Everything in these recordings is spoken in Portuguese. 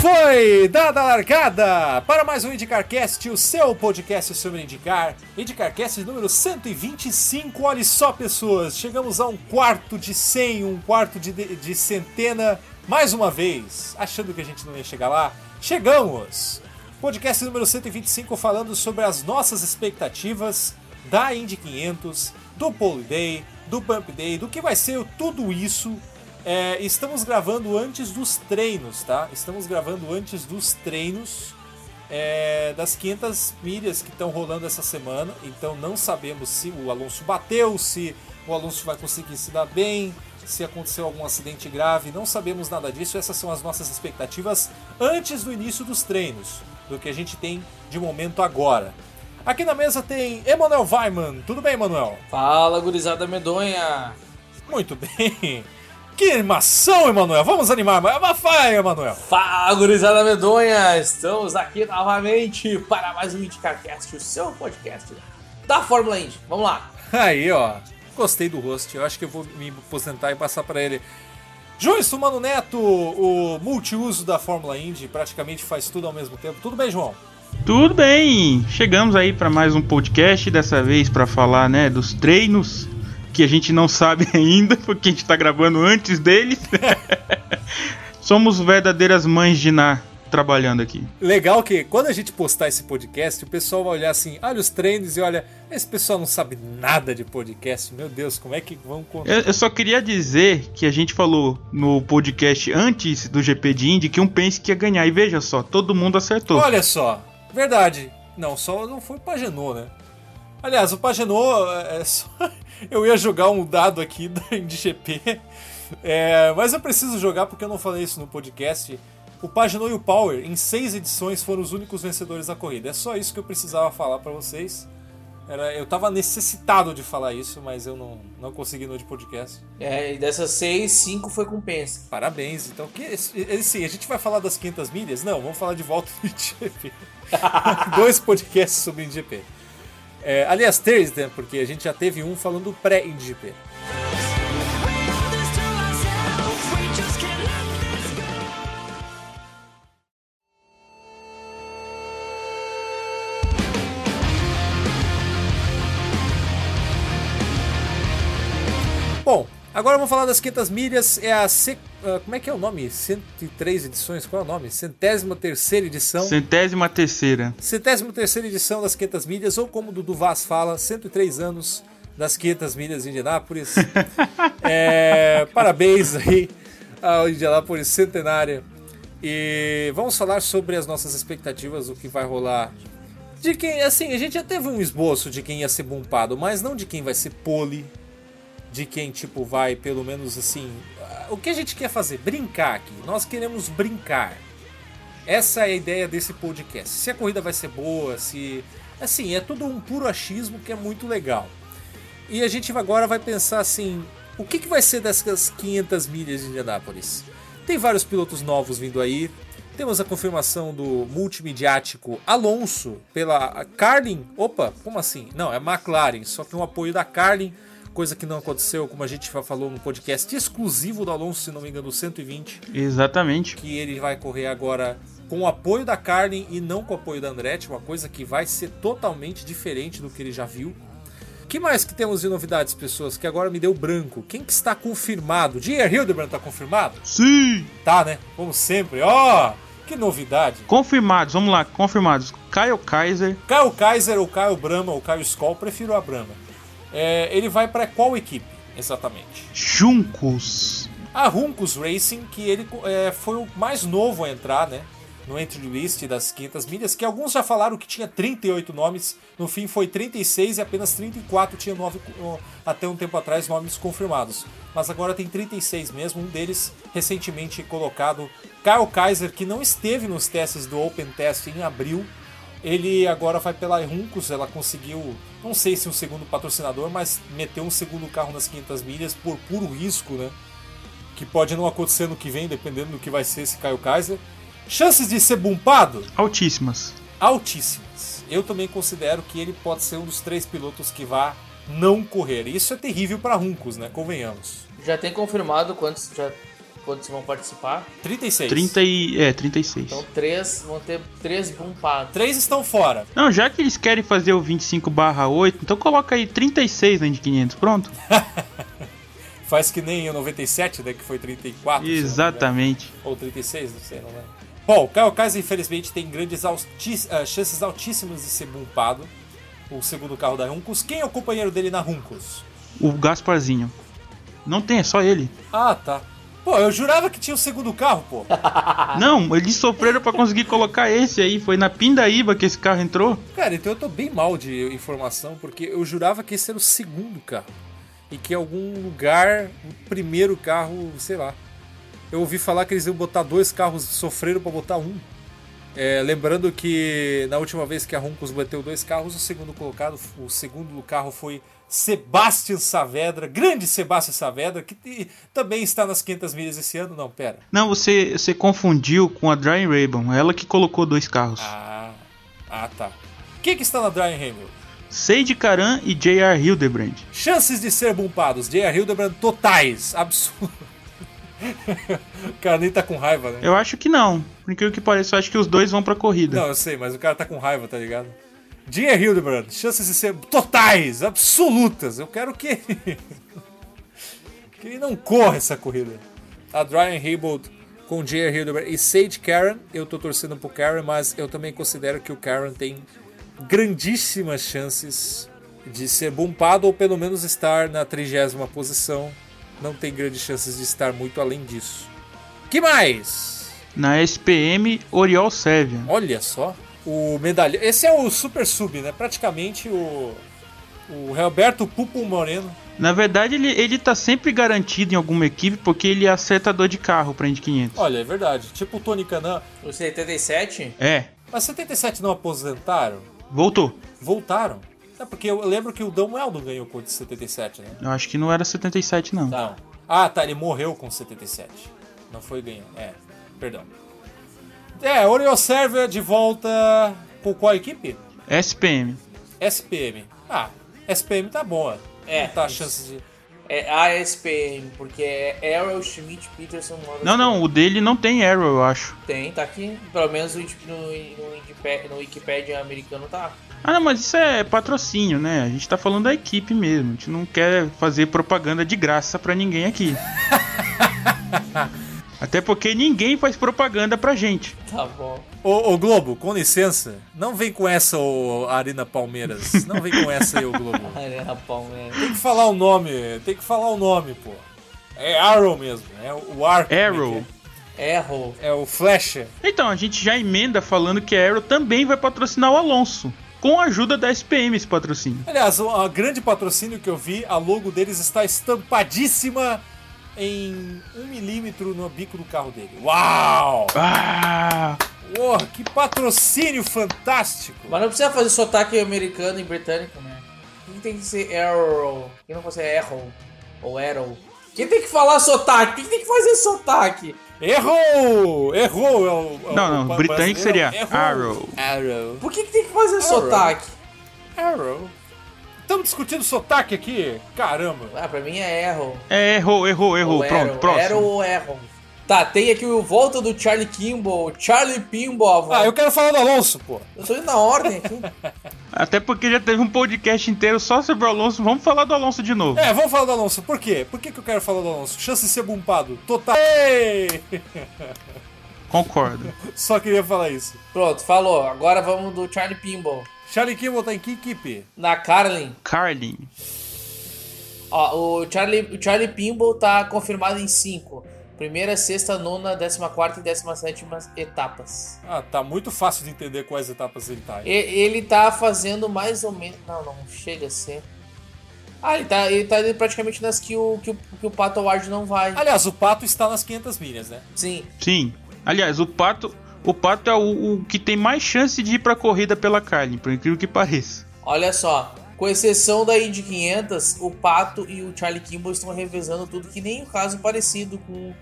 foi dada a largada para mais um IndicarCast, o seu podcast sobre indicar. IndicarCast número 125. Olha só, pessoas, chegamos a um quarto de 100, um quarto de, de, de centena. Mais uma vez, achando que a gente não ia chegar lá, chegamos! Podcast número 125 falando sobre as nossas expectativas da Indy 500, do Pole Day, do Pump Day, do que vai ser tudo isso é, estamos gravando antes dos treinos, tá? Estamos gravando antes dos treinos é, das 500 milhas que estão rolando essa semana. Então não sabemos se o Alonso bateu, se o Alonso vai conseguir se dar bem, se aconteceu algum acidente grave. Não sabemos nada disso. Essas são as nossas expectativas antes do início dos treinos, do que a gente tem de momento agora. Aqui na mesa tem Emanuel Weiman. Tudo bem, Emanuel? Fala, gurizada medonha! Muito bem. Que animação, Emanuel! Vamos animar, vai, Emanuel! Fala, gurizada medonha! Estamos aqui novamente para mais um IndyCarCast, o seu podcast da Fórmula Indy. Vamos lá! Aí, ó, gostei do host, eu acho que eu vou me aposentar e passar para ele. Justo, Mano Neto, o multiuso da Fórmula Indy, praticamente faz tudo ao mesmo tempo. Tudo bem, João? Tudo bem! Chegamos aí para mais um podcast, dessa vez para falar, né, dos treinos que a gente não sabe ainda, porque a gente está gravando antes deles. Somos verdadeiras mães de Ná trabalhando aqui. Legal que quando a gente postar esse podcast, o pessoal vai olhar assim, olha os treinos e olha, esse pessoal não sabe nada de podcast, meu Deus, como é que vão contar? Eu, eu só queria dizer que a gente falou no podcast antes do GP de Indy que um pense que ia ganhar, e veja só, todo mundo acertou. Olha só, verdade. Não, só não foi o Pagenô, né? Aliás, o Pagenô é só... eu ia jogar um dado aqui de GP, é, mas eu preciso jogar porque eu não falei isso no podcast. O Paginot e o Power, em seis edições, foram os únicos vencedores da corrida. É só isso que eu precisava falar para vocês. Era, eu tava necessitado de falar isso, mas eu não, não consegui no de podcast. É, e dessas seis, cinco foi com Penske. Parabéns. Então, que, assim, a gente vai falar das 500 milhas? Não, vamos falar de volta do IGP. Dois podcasts sobre IGP. É, aliás, três, né? Porque a gente já teve um falando pré-IndyGP. Bom, agora vamos falar das 500 milhas. É a. Se... como é que é o nome? 103 edições? Qual é o nome? Centésima terceira edição. Centésima terceira. Centésima terceira edição das 500 milhas, ou como o Dudu Vaz fala, 103 anos das 500 milhas de Indianápolis. é, parabéns aí ao Indianápolis centenária. E vamos falar sobre as nossas expectativas, o que vai rolar. De quem, assim, a gente já teve um esboço de quem ia ser bumpado, mas não de quem vai ser pole, de quem tipo vai pelo menos assim o que a gente quer fazer brincar aqui nós queremos brincar essa é a ideia desse podcast se a corrida vai ser boa se assim é tudo um puro achismo que é muito legal e a gente agora vai pensar assim o que, que vai ser dessas 500 milhas de Indianápolis tem vários pilotos novos vindo aí temos a confirmação do multimediático Alonso pela Carlin. Opa, como assim? Não, é McLaren, só que um apoio da Carlin coisa que não aconteceu, como a gente já falou no podcast exclusivo do Alonso, se não me engano, 120. Exatamente. Que ele vai correr agora com o apoio da Carlin e não com o apoio da Andretti, uma coisa que vai ser totalmente diferente do que ele já viu. que mais que temos de novidades, pessoas? Que agora me deu branco. Quem que está confirmado? Dier Hildebrand está confirmado? Sim! Tá, né? Como sempre. Ó! Oh! Que novidade. Confirmados, vamos lá, confirmados. Caio Kaiser. Caio Kaiser ou Caio Brama ou Caio Skoll, prefiro a Brama. É, ele vai para qual equipe exatamente? Juncos. A Juncos Racing, que ele é, foi o mais novo a entrar, né? No entry list das 500 milhas, que alguns já falaram que tinha 38 nomes, no fim foi 36 e apenas 34 tinha nove, até um tempo atrás nomes confirmados. Mas agora tem 36 mesmo, um deles recentemente colocado, Kyle Kaiser, que não esteve nos testes do Open Test em abril, ele agora vai pela Runcos, ela conseguiu, não sei se um segundo patrocinador, mas meteu um segundo carro nas 500 milhas por puro risco, né? Que pode não acontecer no que vem, dependendo do que vai ser esse Caio Kaiser. Chances de ser bumpado? Altíssimas. Altíssimas. Eu também considero que ele pode ser um dos três pilotos que vá não correr. Isso é terrível para Runcos, né? Convenhamos. Já tem confirmado quantos já quantos vão participar. 36. 30 e, é, 36. Então três vão ter três bumpados. Três estão fora. Não, já que eles querem fazer o 25 8, então coloca aí 36 na Indy 500, pronto? Tá Faz que nem o 97, né? Que foi 34. se não me engano. Exatamente. Ou 36, não sei, não lembro. Bom, o Kyle Kaiser, infelizmente, tem grandes alti- ah, chances altíssimas de ser bumpado. O segundo carro da Runcos. Quem é o companheiro dele na Runcos? O Gasparzinho. Não tem, é só ele. Ah, tá. Pô, eu jurava que tinha o segundo carro, pô. Ah. Não, eles sofreram pra conseguir colocar esse aí. Foi na Pindaíba que esse carro entrou. Cara, então eu tô bem mal de informação, porque eu jurava que esse era o segundo carro. E que em algum lugar, o primeiro carro, sei lá. Eu ouvi falar que eles iam botar dois carros, sofreram pra botar um. É, lembrando que na última vez que a Roncos bateu dois carros, o segundo colocado, o segundo carro foi Sebastian Saavedra, grande Sebastian Saavedra, que te- também está nas 500 milhas esse ano. Não, pera. Não, você, você confundiu com a Dry Raybon. Ela que colocou dois carros. Ah, ah tá. Quem que está na Dry Hamilton? Seide Karan e J.R. Hildebrand. Chances de ser bumpados. J.R. Hildebrand totais. Absurdo. o cara nem tá com raiva, né? Eu acho que não. Por incrível que pareça, eu acho que os dois vão pra corrida. Não, eu sei, mas o cara tá com raiva, tá ligado? J.R. Hildebrand. Chances de ser totais, absolutas. Eu quero que ele... que ele não corra essa corrida. A Brian Haybold com J.R. Hildebrand e Sage Karen. Eu tô torcendo pro Karen, mas eu também considero que o Karen tem grandíssimas chances de ser bumpado ou pelo menos estar na trigésima posição. Não tem grandes chances de estar muito além disso. Que mais? Na SPM, Oriol Sérvia. Olha só. O medalhão. Esse é o Super Sub, né? Praticamente o. O Roberto Pupo Moreno. Na verdade, ele, ele tá sempre garantido em alguma equipe porque ele é acertador de carro pra Indy 500. Olha, é verdade. Tipo o Tony Canan. O 77? É, Mas 77 não aposentaram? voltou. Voltaram? É porque eu lembro que o Dom Eldon ganhou com o de 77, né? Eu acho que não era 77, não. Não. Ah, tá. Ele morreu com 77. Não foi ganhou. É. Perdão. É, Oriol Server de volta com qual equipe? SPM. SPM. Ah, SPM tá boa. É. Não tá a chance de. É ASPM, porque é Errol Schmidt Peterson Motorsport. Não, não, o dele não tem error, eu acho. Tem, tá aqui. Pelo menos no, no, no, Wikipedia, no Wikipedia americano tá. Ah, não, mas isso é patrocínio, né? A gente tá falando da equipe mesmo. A gente não quer fazer propaganda de graça pra ninguém aqui. Até porque ninguém faz propaganda pra gente. Tá bom. Ô, ô, Globo, com licença, não vem com essa, ô Arena Palmeiras. Não vem com essa aí, ô Globo. Arena Palmeiras. Tem que falar o nome, tem que falar o nome, pô. É Arrow mesmo, é o arco. como é que Arrow. Errol. É, É o Flecha. Então, a gente já emenda falando que a Aero também vai patrocinar o Alonso. Com a ajuda da SPM esse patrocínio. Aliás, o- a grande patrocínio que eu vi, a logo deles está estampadíssima em um milímetro no bico do carro dele. Uau! Ah! Porra, que patrocínio fantástico! Mas não precisa fazer sotaque americano e britânico, né? Por que tem que ser Errol? Por que não pode ser Errol? Ou Errol? Quem tem que falar sotaque? Quem tem que fazer sotaque? Errou! Errou! é o- é o- Não, o não, brasileiro britânico seria errou. Arrow. Arrow. Por que, que tem que fazer sotaque? Arrow. Estamos discutindo sotaque aqui? Caramba. Ah, pra mim é Errol. É, errou, errou, errou. Ou Pronto, Errol. próximo. Errol ou Errol. Tá, tem aqui o Volta do Charlie Kimball, Charlie Pinball. Ah, eu quero falar do Alonso, pô. eu tô indo na ordem aqui. Até porque já teve um podcast inteiro só sobre o Alonso. Vamos falar do Alonso de novo. É, vamos falar do Alonso. Por quê? Por que, que eu quero falar do Alonso? Chance de ser bumpado. Total. Ei! Concordo. Só queria falar isso. Pronto, falou. Agora vamos do Charlie Pinball. Charlie Kimball tá em que equipe? Na Carlin. Carlin. Ó, o Charlie, o Charlie Pinball tá confirmado em 5. Primeira, sexta, nona, décima quarta e décima sétima etapas. Ah, tá muito fácil de entender quais etapas ele tá. E- ele tá fazendo mais ou menos. Não, não chega a ser. Ah, ele tá, ele tá ali praticamente nas que o, que o, que o Pato Ward não vai. Ah, Aliás, o Pato está nas 500 milhas, né? Sim. Sim. Aliás, o Pato, o Pato é o, o que tem mais chance de ir pra corrida pela Carlin, por incrível que pareça. Olha só, com exceção da Indy 500, o Pato e o Charlie Kimball estão revezando tudo, que nem o caso parecido com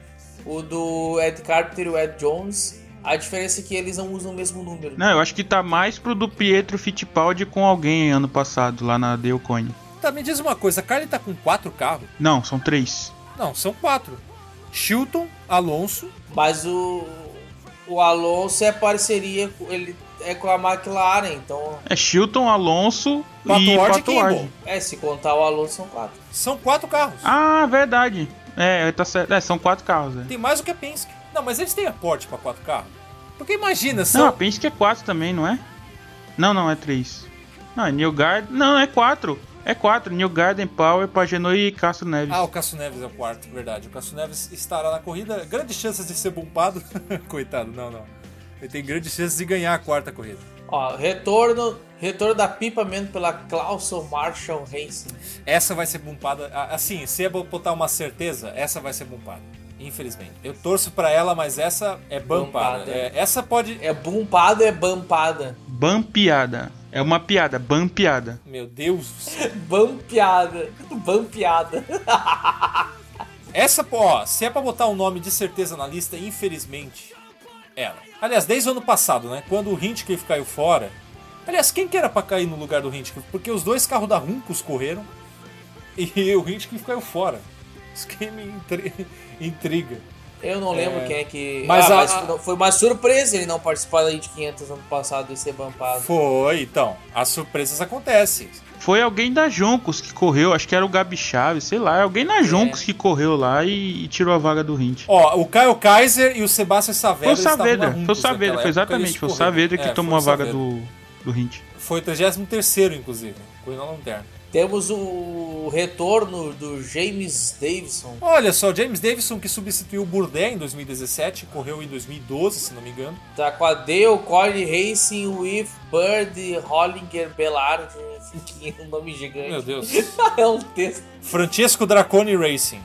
o do Ed Carpenter e o Ed Jones. A diferença é que eles não usam o mesmo número. né? Não, eu acho que tá mais pro do Pietro Fittipaldi com alguém ano passado, lá na Deocone. Tá, me diz uma coisa. A Carly tá com quatro carros? Não, são três. Não, são quatro. Chilton, Alonso. Mas o, o Alonso é parceria, com- ele é com a McLaren, então. É Chilton, Alonso Pato e Ward e Pato Ward. Campbell. É, se contar o Alonso são quatro. São quatro carros. Ah, verdade. É, tá certo. É, são quatro carros. É. Tem mais do que a Penske. Não, mas eles têm aporte para quatro carros. Porque imagina, Não, são. a Penske é quatro também, não é? Não, não, é três. Não, é New Garden. Não, é quatro. É quatro. New Garden, Power, Pagenô e Castro Neves. Ah, o Cássio Neves é o quarto, verdade. O Cássio Neves estará na corrida. Grandes chances de ser bumpado. Coitado, não, não. Ele tem grandes chances de ganhar a quarta corrida. Ó, retorno, retorno da pipa mesmo pela Clauson Marshall Racing. Essa vai ser bumpada. a- Assim, se é botar uma certeza, essa vai ser bumpada. Infelizmente. Eu torço pra ela, mas essa é bumpada. Bumpada. É, essa pode. É bumpada ou é bampada? Bampiada. É uma piada, bampiada. Meu Deus do céu. Bampeada. Bampeada. Essa, pô, ó, se é pra botar um nome de certeza na lista, infelizmente, ela. Aliás, desde o ano passado, né? Quando o Hinchcliffe caiu fora. Aliás, quem que era pra cair no lugar do Hinchcliffe? Porque os dois carros da Runcos correram e o Hinchcliffe caiu fora. Isso que me intri- intriga. Eu não lembro É. quem é que. Mas ah, a- mas foi- foi uma surpresa ele não participar da Indy 500 ano passado e ser bampado. Foi, então. As surpresas acontecem. Foi alguém da Joncos que correu, acho que era o Gabi Chaves, sei lá. é Alguém na Joncos que correu lá e, e tirou a vaga do Hint. É. Ó, o Caio Kaiser e o Sebastian Saavedra Foi o estavam na Saavedra, foi o Runcos Saavedra, naquela época, foi exatamente, eles foi o correram. Saavedra que É, tomou a foi o vaga Saavedra. do, do Hint. Foi o 33º, inclusive, correndo a lanterna. Temos o retorno do James Davidson. Olha só, James Davidson que substituiu o Bourdais em 2017, correu em 2012, se não me engano. Tá com a Dale Cole Racing with Bird Hollinger Bellard. Que é um nome gigante. Meu Deus. é um texto. Francesco Draconi Racing.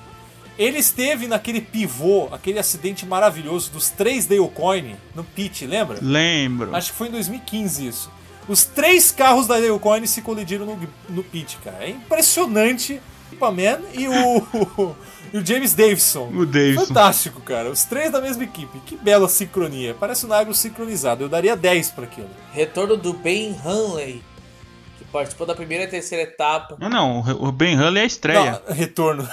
Ele esteve naquele pivô, aquele acidente maravilhoso dos três Dalecoin no pit, lembra? Lembro. Acho que foi em 2015 isso. Os três carros da Dalecoin se colidiram no, no pit, cara. É impressionante. O Man e o, e o James Davidson. O Davidson. Fantástico, cara. Os três da mesma equipe. Que bela sincronia. Parece um agro sincronizado. Eu daria 10 pra aquilo. Retorno do Ben Hanley. Que participou da primeira e terceira etapa. Não, não, o o Ben Hunley é a estreia. Não, retorno.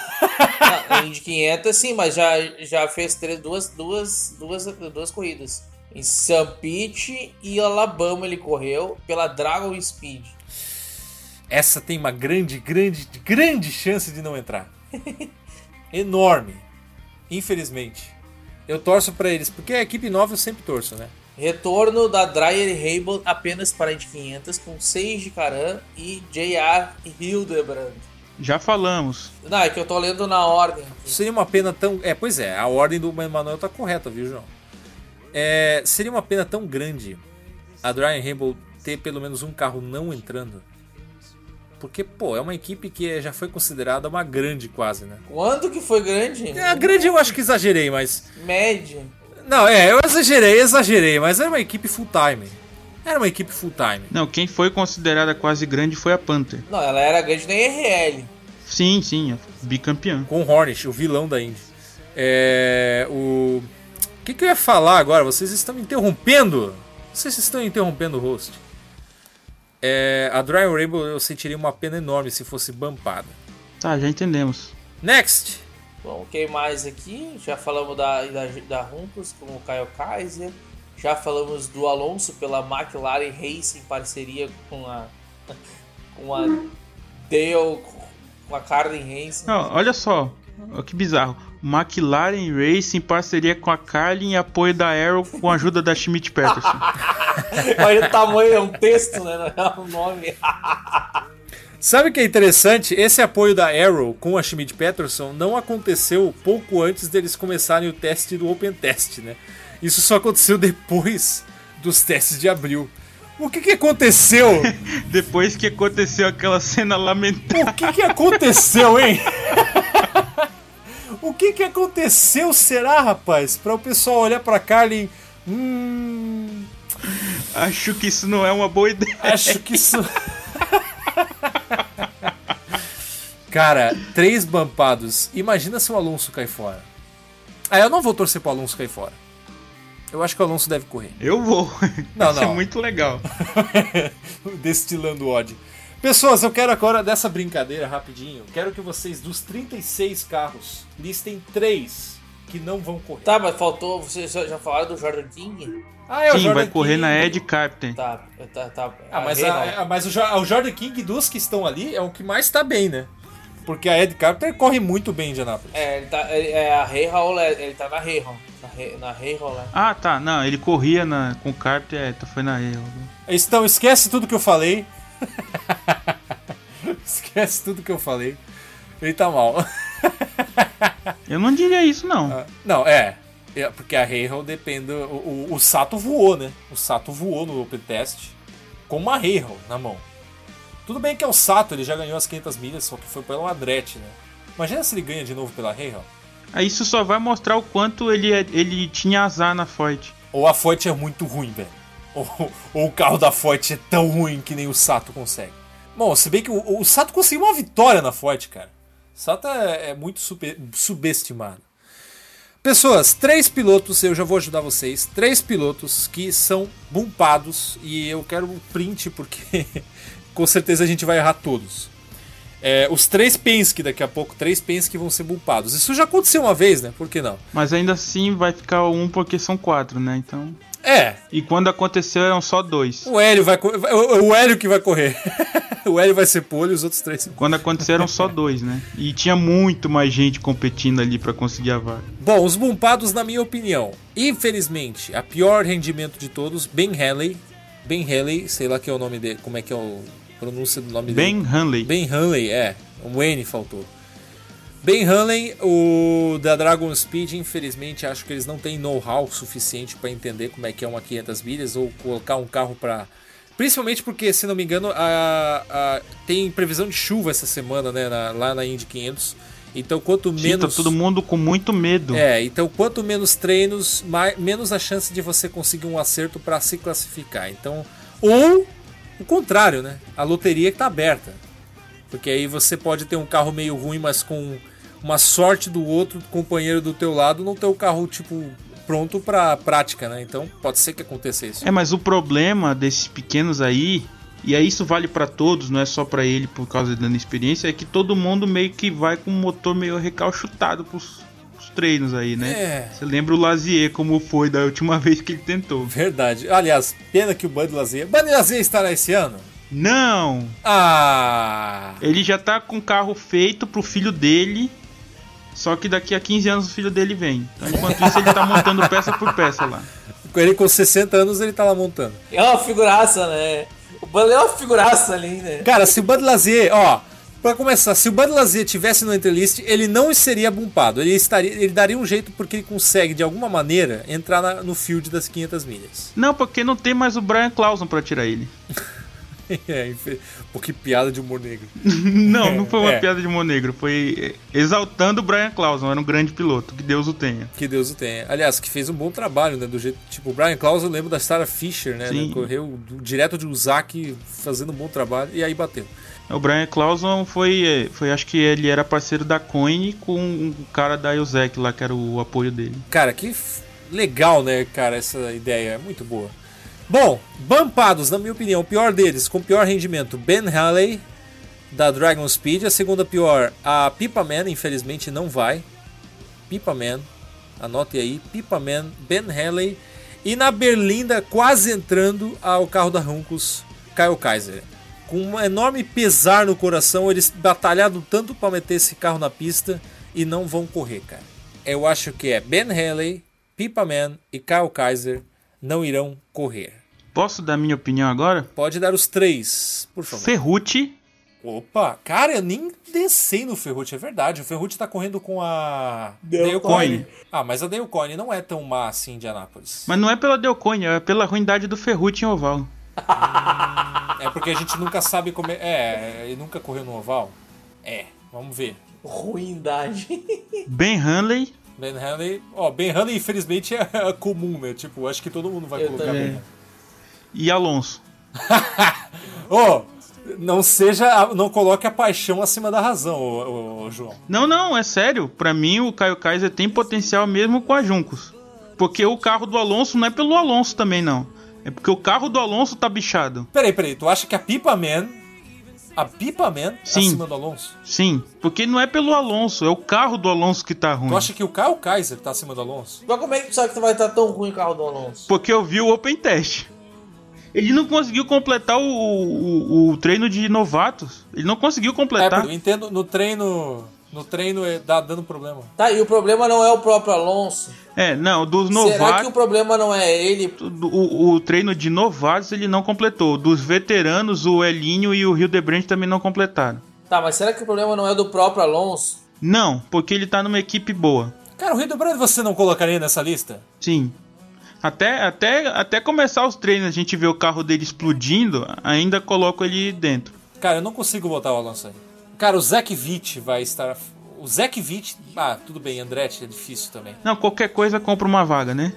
Na Indy 500, é sim, mas já, já fez três, duas, duas, duas, duas corridas. Em St. Pete e Alabama ele correu pela Dragon Speed. Essa tem uma grande, grande, grande chance de não entrar. Enorme. Infelizmente. Eu torço pra eles, porque a equipe nova eu sempre torço, né? Retorno da Dryer e Hable apenas para a Indy 500 com Seiji Karan e J.R. Hildebrand. Já falamos. Não, é que eu tô lendo na ordem. Seria uma pena tão. É, pois é, a ordem do Manuel tá correta, viu, João? É, seria uma pena tão grande a Dryan Rainbow ter pelo menos um carro não entrando. Porque, pô, é uma equipe que já foi considerada uma grande quase, né? Quanto que foi grande? É, a grande eu acho que exagerei, mas. Média. Não, é, eu exagerei, exagerei, mas era uma equipe full time. Era uma equipe full time. Não, quem foi considerada quase grande foi a Panther. Não, ela era grande na RL. Sim, sim, é bicampeã. Com o Hornish, o vilão da Indy. É. O. O que, que eu ia falar agora? Vocês estão me interrompendo? Vocês estão interrompendo o host. É, a Dryan Rainbow eu sentiria uma pena enorme se fosse bampada. Tá, já entendemos. Next! Bom, quem mais aqui? Já falamos da, da, da Runcos com o Caio Kaiser. Já falamos do Alonso pela McLaren Racing em parceria com a com a Dale com a Carlin Racing. Não, olha só, ó, que bizarro. McLaren Racing em parceria com a Carlin e apoio da Arrow com a ajuda da Schmidt Peterson. Olha o tamanho, é um texto, né? Não é um nome. Sabe o que é interessante? Esse apoio da Arrow com a Schmidt Peterson não aconteceu pouco antes deles começarem o teste do Open Test, né? Isso só aconteceu depois dos testes de abril. O que, que aconteceu? Depois que aconteceu aquela cena lamentável. O que, que aconteceu, hein? o que, que aconteceu será, rapaz? Para o pessoal olhar pra Carlin. Hum. Acho que isso não é uma boa ideia. Acho que isso. Cara, três bampados. Imagina se o Alonso cai fora. Ah, eu não vou torcer pro Alonso cair fora. Eu acho que o Alonso deve correr. Eu vou. Não, Isso é não. muito legal. Destilando ódio. Pessoas, eu quero agora dessa brincadeira rapidinho. Quero que vocês, dos 36 carros, listem três que não vão correr. Tá, mas faltou. Vocês já já falaram do Jordan King? Ah, é o Sim, Jordan vai correr King. na Ed Carpenter. Tá, tá, tá. Ah, mas, errei, a- não. a- mas o, Jo- o Jordan King dos que estão ali é o que mais tá bem, né? Porque a Ed Carpenter corre muito bem em Indianapolis. É, ele tá. ele- é, a Rei Hall, é- ele tá na Rei Hall. Na Rei- Na Rei Hall, né? Ah, tá. Não, ele corria na, com o Carpenter. É, tá, foi na erro. Então, esquece tudo que eu falei. esquece tudo que eu falei. Ele tá mal. Eu não diria isso, não. Não, é. É, porque a Hayhall depende. O, o- o Sato voou, né? O Sato voou no Open Test com uma Hayhall na mão. Tudo bem que é o Sato, ele já ganhou as 500 milhas, só que foi pela Andretti, né? Imagina se ele ganha de novo pela Hayhall. Aí Isso só vai mostrar o quanto ele, é- ele tinha azar na Ford. Ou a Ford é muito ruim, velho. Ou, ou o carro da Ford é tão ruim que nem o Sato consegue. Bom, se bem que o, o Sato conseguiu uma vitória na Ford, cara. O Sato é, é muito super- subestimado. Pessoas, três pilotos, eu já vou ajudar vocês. Três pilotos que são bumpados e eu quero um print porque com certeza a gente vai errar todos. É, os três Penske daqui a pouco, três Penske vão ser bumpados. Isso já aconteceu uma vez, né? Por que não? Mas ainda assim vai ficar um porque são quatro, né? Então. É, E quando aconteceu eram só dois. O Hélio vai correr. O o Hélio que vai correr. o Hélio vai ser pole e os outros três. Quando aconteceram só dois, né? E tinha muito mais gente competindo ali pra conseguir a vaga. Bom, os bumpados, na minha opinião. Infelizmente, a pior rendimento de todos, Ben Haley. Ben Haley, sei lá que é o nome dele. Como é que é o pronúncia do nome Ben dele? Hanley. Ben Hanley, é. Um N faltou. Ben Hanley, o da Dragon Speed, infelizmente, acho que eles não têm know-how suficiente para entender como é que é uma 500 milhas ou colocar um carro para. Principalmente porque, se não me engano, a, a- tem previsão de chuva essa semana, né? na- lá na Indy 500. Então, quanto Sim, tá menos. todo mundo com muito medo. É, então quanto menos treinos, mai- menos a chance de você conseguir um acerto para se classificar. Então, ou o contrário, né? A loteria que tá aberta. Porque aí você pode ter um carro meio ruim, mas com uma sorte do outro companheiro do teu lado não ter o carro tipo pronto para prática, né? Então, pode ser que aconteça isso. É, mas o problema desses pequenos aí, e aí isso vale pra todos, não é só pra ele por causa da experiência, é que todo mundo meio que vai com o motor meio recalchutado pros, pros treinos aí, né? É. Você lembra o Lazier como foi da última vez que ele tentou? Verdade. Aliás, pena que o Bud Lazier. Bud Lazier estará esse ano? Não! Ah! Ele já tá com o carro feito pro filho dele. Só que daqui a 15 anos o filho dele vem. Então, enquanto isso, ele tá montando peça por peça lá. Com ele com 60 anos ele tá lá montando. É uma figuraça, né? O Bale é uma figuraça ali, né? Cara, se o Bud Lazier, ó, pra começar, se o Bud Lazier tivesse no entrelist, ele não seria bumpado. Ele estaria, ele daria um jeito porque ele consegue de alguma maneira entrar na- no field das 500 milhas. Não, porque não tem mais o Brian Clausen pra tirar ele. é, infe- Pô, que piada de humor negro. Não, não foi uma É. piada de Monegro. Foi é, exaltando o Brian Clausen. Era um grande piloto. Que Deus o tenha. Que Deus o tenha. Aliás, que fez um bom trabalho, né? Do jeito. Tipo, o Brian Klaus, eu lembro da Sarah Fisher, né? Sim. né, Correu do- direto de Uzaki fazendo um bom trabalho e aí bateu. O Brian Clausen foi, é, foi. Acho que ele era parceiro da Coin com o cara da Eusek lá, que era o apoio dele. Cara, que f- legal, né, cara, essa ideia. É muito boa. Bom, Bampados, na minha opinião, o pior deles, com pior rendimento, Ben Haley, da Dragon Speed. A segunda pior, a Pipa Man, infelizmente não vai. Pipa Man, anote aí, Pipa Man, Ben Haley. E na Berlinda, quase entrando ao carro da Runcos, Kyle Kaiser. Com um enorme pesar no coração, eles batalharam tanto para meter esse carro na pista e não vão correr, cara. Eu acho que é Ben Haley, Pipa Man e Kyle Kaiser não irão correr. Posso dar minha opinião agora? Pode dar os três, por favor. Ferrucci Opa, cara, eu nem desci no Ferrucci, é verdade. O Ferrucci tá correndo com a Coyne. Dale Coyne. Ah, mas a Dale Coyne não é tão má assim de Anápolis. Mas não é pela Delcoin, é pela ruindade do Ferrucci em oval. É porque a gente nunca sabe como é. É, ele nunca correu no oval. É, vamos ver. Ruindade. Ben Hanley, Ben Hanley, ó, Ben Hanley infelizmente é comum, né? Tipo, acho que todo mundo vai Eu colocar também. Ben Hanley. e Alonso. Ô, não seja, a- não coloque a paixão acima da razão, ô, ô, ô, João. Não, não, é sério. Pra mim, o Caio Kaiser tem potencial mesmo com a Juncos. Porque o carro do Alonso não é pelo Alonso também, não. É porque o carro do Alonso tá bichado. Peraí, peraí, tu acha que a Pipa Man, a Pipaman Sim. acima do Alonso? Sim, porque não é pelo Alonso, é o carro do Alonso que tá ruim. Tu acha que o Kyle Kaiser tá acima do Alonso? Mas como é que tu sabe que tu vai estar tão ruim o carro do Alonso? Porque eu vi o Open Test. Ele não conseguiu completar o, o, o treino de novatos. Ele não conseguiu É, completar. eu entendo, no treino. No treino é- dá dando problema. Tá, e o problema não é o próprio Alonso. É, não, dos Será que o novatos. problema não é ele? do- O, o treino de novatos ele não completou. Dos veteranos, o Elinho e o Rio Debrandt também não completaram. Tá, mas será que o problema não é do próprio Alonso? Não, porque ele tá numa equipe boa. Cara, o Rio do Brando você não colocaria nessa lista? Sim. Até, até, até começar os treinos, a gente vê o carro dele explodindo, ainda coloco ele dentro. Cara, eu não consigo botar o Alonso aí. Cara, o Zach Vitt vai estar. O Zach Vitt. Ah, tudo bem, Andretti é difícil também. Não, qualquer coisa compra uma vaga, né?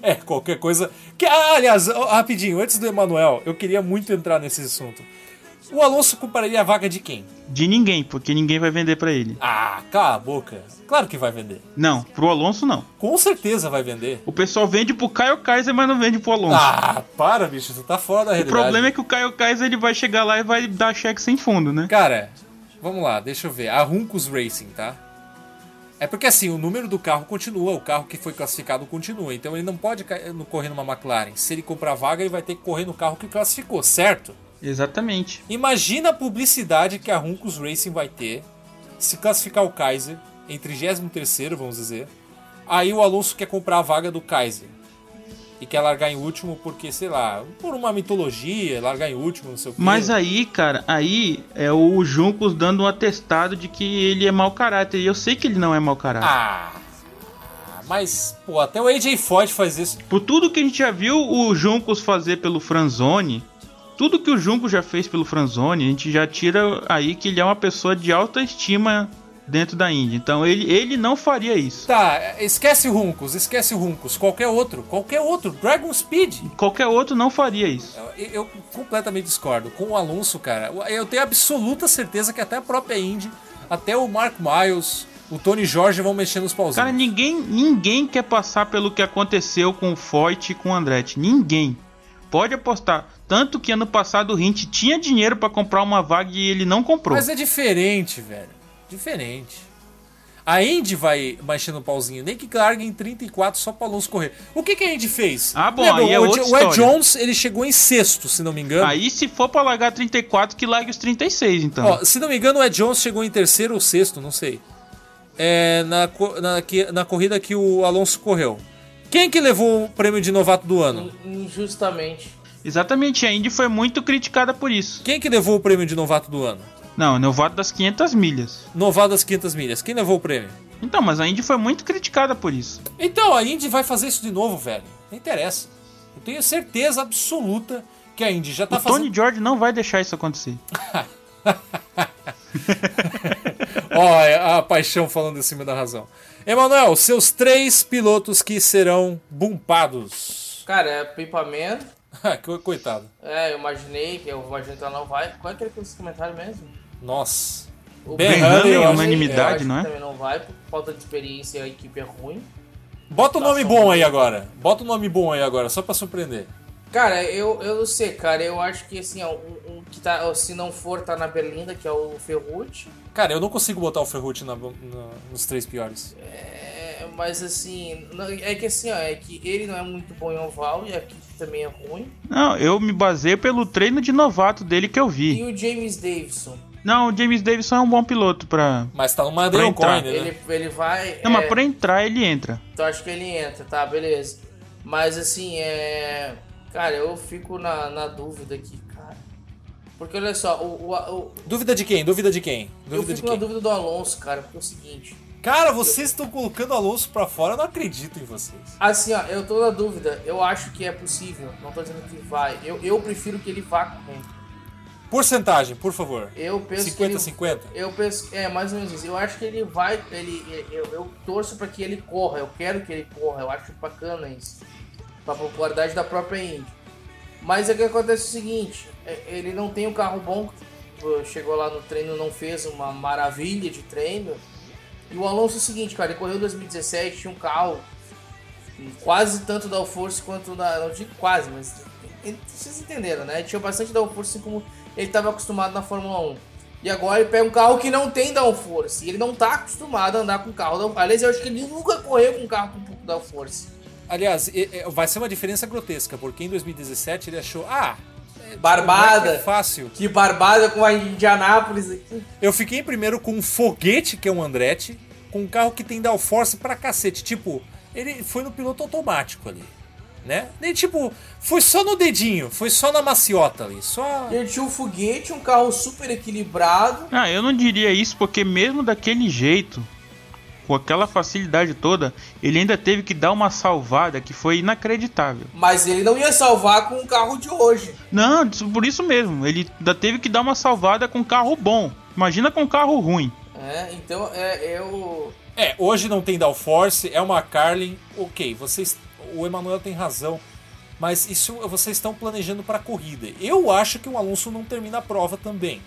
É, qualquer coisa. Que, ah, aliás, ó, rapidinho, antes do Emanuel, eu queria muito entrar nesse assunto. O Alonso compraria a vaga de quem? De ninguém, porque ninguém vai vender pra ele. Ah, cala a boca. Claro que vai vender. Não, pro Alonso não. Com certeza vai vender. O pessoal vende pro Caio Kaiser, mas não vende pro Alonso. Ah, para, bicho, tu tá fora da o realidade. problema é que o Caio Kaiser ele vai chegar lá e vai dar cheque sem fundo, né? Cara, vamos lá, deixa eu ver. A Runcos Racing, tá? É porque assim, o número do carro continua, o carro que foi classificado continua. Então ele não pode ca- no- correr numa McLaren. Se ele comprar vaga, ele vai ter que correr no carro que classificou, certo? Exatamente. Imagina a publicidade que a Runcos Racing vai ter se classificar o Kaiser em 33, vamos dizer. Aí o Alonso quer comprar a vaga do Kaiser e quer largar em último porque, sei lá, por uma mitologia, largar em último, não sei o quê. Mas aí, cara, aí é o Juncos dando um atestado de que ele é mau caráter. E eu sei que ele não é mau caráter. Ah, mas, pô, até o AJ Ford faz isso. Por tudo que a gente já viu o Juncos fazer pelo Franzoni, tudo que o Juncos já fez pelo Franzoni, a gente já tira aí que ele é uma pessoa de alta estima dentro da Indy. Então ele, ele não faria isso. Tá, esquece o Runcos, esquece o Runcos. Qualquer outro, qualquer outro. Dragon Speed. Qualquer outro não faria isso. Eu, eu completamente discordo. Com o Alonso, cara, eu tenho absoluta certeza que até a própria Indy, até o Mark Miles, o Tony Jorge vão mexer nos pauzinhos. Cara, ninguém, ninguém quer passar pelo que aconteceu com o Foyt e com o Andretti. Ninguém. Pode apostar. Tanto que ano passado o Hint tinha dinheiro pra comprar uma vaga e ele não comprou. Mas é diferente, velho. Diferente. A Indy vai mexendo o pauzinho, nem que largue em 34 só pro Alonso correr. O que, que a Indy fez? Ah, bom, Lembra, aí é o, outra o Ed história. Jones ele chegou em sexto, se não me engano. Aí se for pra largar 34, que largue os 36 então. Ó, se não me engano, o Ed Jones chegou em terceiro ou sexto, não sei. É, na, co- na, que- na corrida que o Alonso correu. Quem que levou o prêmio de novato do ano? Injustamente. Exatamente, a Indy foi muito criticada por isso. Quem que levou o prêmio de novato do ano? Não, novato das 500 milhas. Novato das 500 milhas. Quem levou o prêmio? Então, mas a Indy foi muito criticada por isso. Então, a Indy vai fazer isso de novo, velho. Não interessa. Eu tenho certeza absoluta que a Indy já tá o fazendo. Tony George não vai deixar isso acontecer. Ó, é a paixão falando em cima da razão. Emanuel, seus três pilotos que serão bumpados. Ah, Cara, é Pipa Man. Co- Coitado. É, eu imaginei que eu imagino que ela não vai. Qual é que ele fez esse comentário mesmo? Nossa. O Ben Ben Huntley, Huntley, eu acho- unanimidade, eu acho não é? que Também não vai, por falta de experiência, a equipe é ruim. Bota o nome bom aí agora. Bota o nome bom aí agora, só pra surpreender. Cara, eu, eu não sei, cara. Eu acho que assim, ó, um, um que tá, ó, se não for, tá na Berlinda, que é o Ferrucci. Cara, eu não consigo botar o Ferrucci na- na- nos três piores. É, mas assim, não- é que assim, ó, é que ele não é muito bom em oval e a equipe também é ruim. Não, eu me baseio pelo treino de novato dele que eu E vi. o James Davidson, Não, o James Davidson é um bom piloto pra. Mas tá numa Pra Dale entrar. Coyne, né? ele, ele vai. Não, mas é, pra entrar ele entra. Então acho que ele entra, tá, beleza. Mas assim, é. Cara, eu fico na, na dúvida aqui, cara. Porque olha só, o. o- o- Dúvida de quem? Dúvida de quem? eu Dúvida de fico na quem? dúvida do Alonso, cara, porque é o seguinte. Cara, vocês estão colocando o Alonso pra fora, eu não acredito em vocês. Assim, ó, eu tô na dúvida. Eu acho que é possível. Não tô dizendo que vai. Eu, eu prefiro que ele vá correndo. Porcentagem, por favor. Eu penso que ele- 50-50? Eu penso, é mais ou menos isso. Eu acho que ele vai, ele, eu, eu torço pra que ele corra. Eu quero que ele corra. Eu acho bacana isso, pra popularidade da própria Indy. Mas é que acontece o seguinte: é- ele não tem um carro bom. Pô, Chegou lá no treino, não fez uma maravilha de treino. E o Alonso é o seguinte, cara, ele correu em 2017, tinha um carro quase tanto downforce quanto da. Não digo quase, mas. Vocês entenderam, né? Tinha bastante downforce como ele estava acostumado na Fórmula 1. E agora ele pega um carro que não tem downforce. E ele não está acostumado a andar com carro downforce. Aliás, eu acho que ele nunca correu com um carro com um pouco downforce. Aliás, e- e- vai ser uma diferença grotesca, porque em 2017 ele achou, ah, é- Barbada. é fácil. Que barbada com a Indianápolis aqui. Eu fiquei em primeiro com um foguete, que é um Andretti, com um carro que tem downforce pra cacete. Tipo, ele foi no piloto automático ali, né? E, tipo, foi só no dedinho, foi só na maciota ali, só... Ele tinha um foguete, um carro super equilibrado. Ah, eu não diria isso porque mesmo daquele jeito, com aquela facilidade toda, ele ainda teve que dar uma salvada que foi inacreditável. Mas ele não ia salvar com o carro de hoje. Não, isso- por isso mesmo, ele ainda teve que dar uma salvada com carro bom. Imagina com carro ruim. É, então é, eu. É, hoje não tem downforce, é uma Carlin. Ok, vocês, o Emanuel tem razão, mas isso vocês estão planejando para corrida. Eu acho que o Alonso não termina a prova também.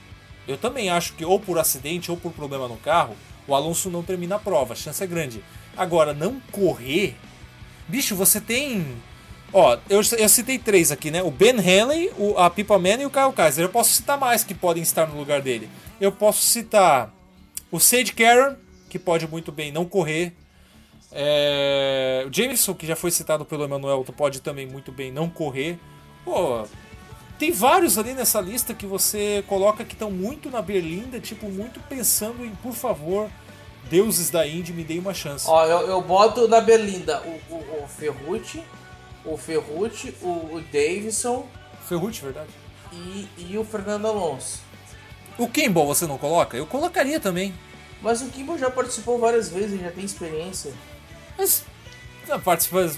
Eu também acho que ou por acidente ou por problema no carro, o Alonso não termina a prova. A chance é grande. Agora, não correr, bicho, você tem. Ó, eu, eu citei três aqui, né? O Ben Henley, o, a Pipa Man e o Kyle Kaiser. Eu posso citar mais que podem estar no lugar dele. Eu posso citar o Sage Karen, que pode muito bem não correr. É, O Jameson, que já foi citado pelo Emanuel, tu pode também muito bem não correr. Pô, tem vários ali nessa lista que você coloca que estão muito na berlinda, tipo, muito pensando em, por favor, deuses da Indy, me deem uma chance. Ó, eu, eu boto na Berlinda o, o, o Ferrucci, o Ferrucci, o, o Davidson Ferrucci, verdade. e, e o Fernando Alonso. O Kimball você não coloca? Eu colocaria também. Mas o Kimball já participou várias vezes, ele já tem experiência. Mas a participa,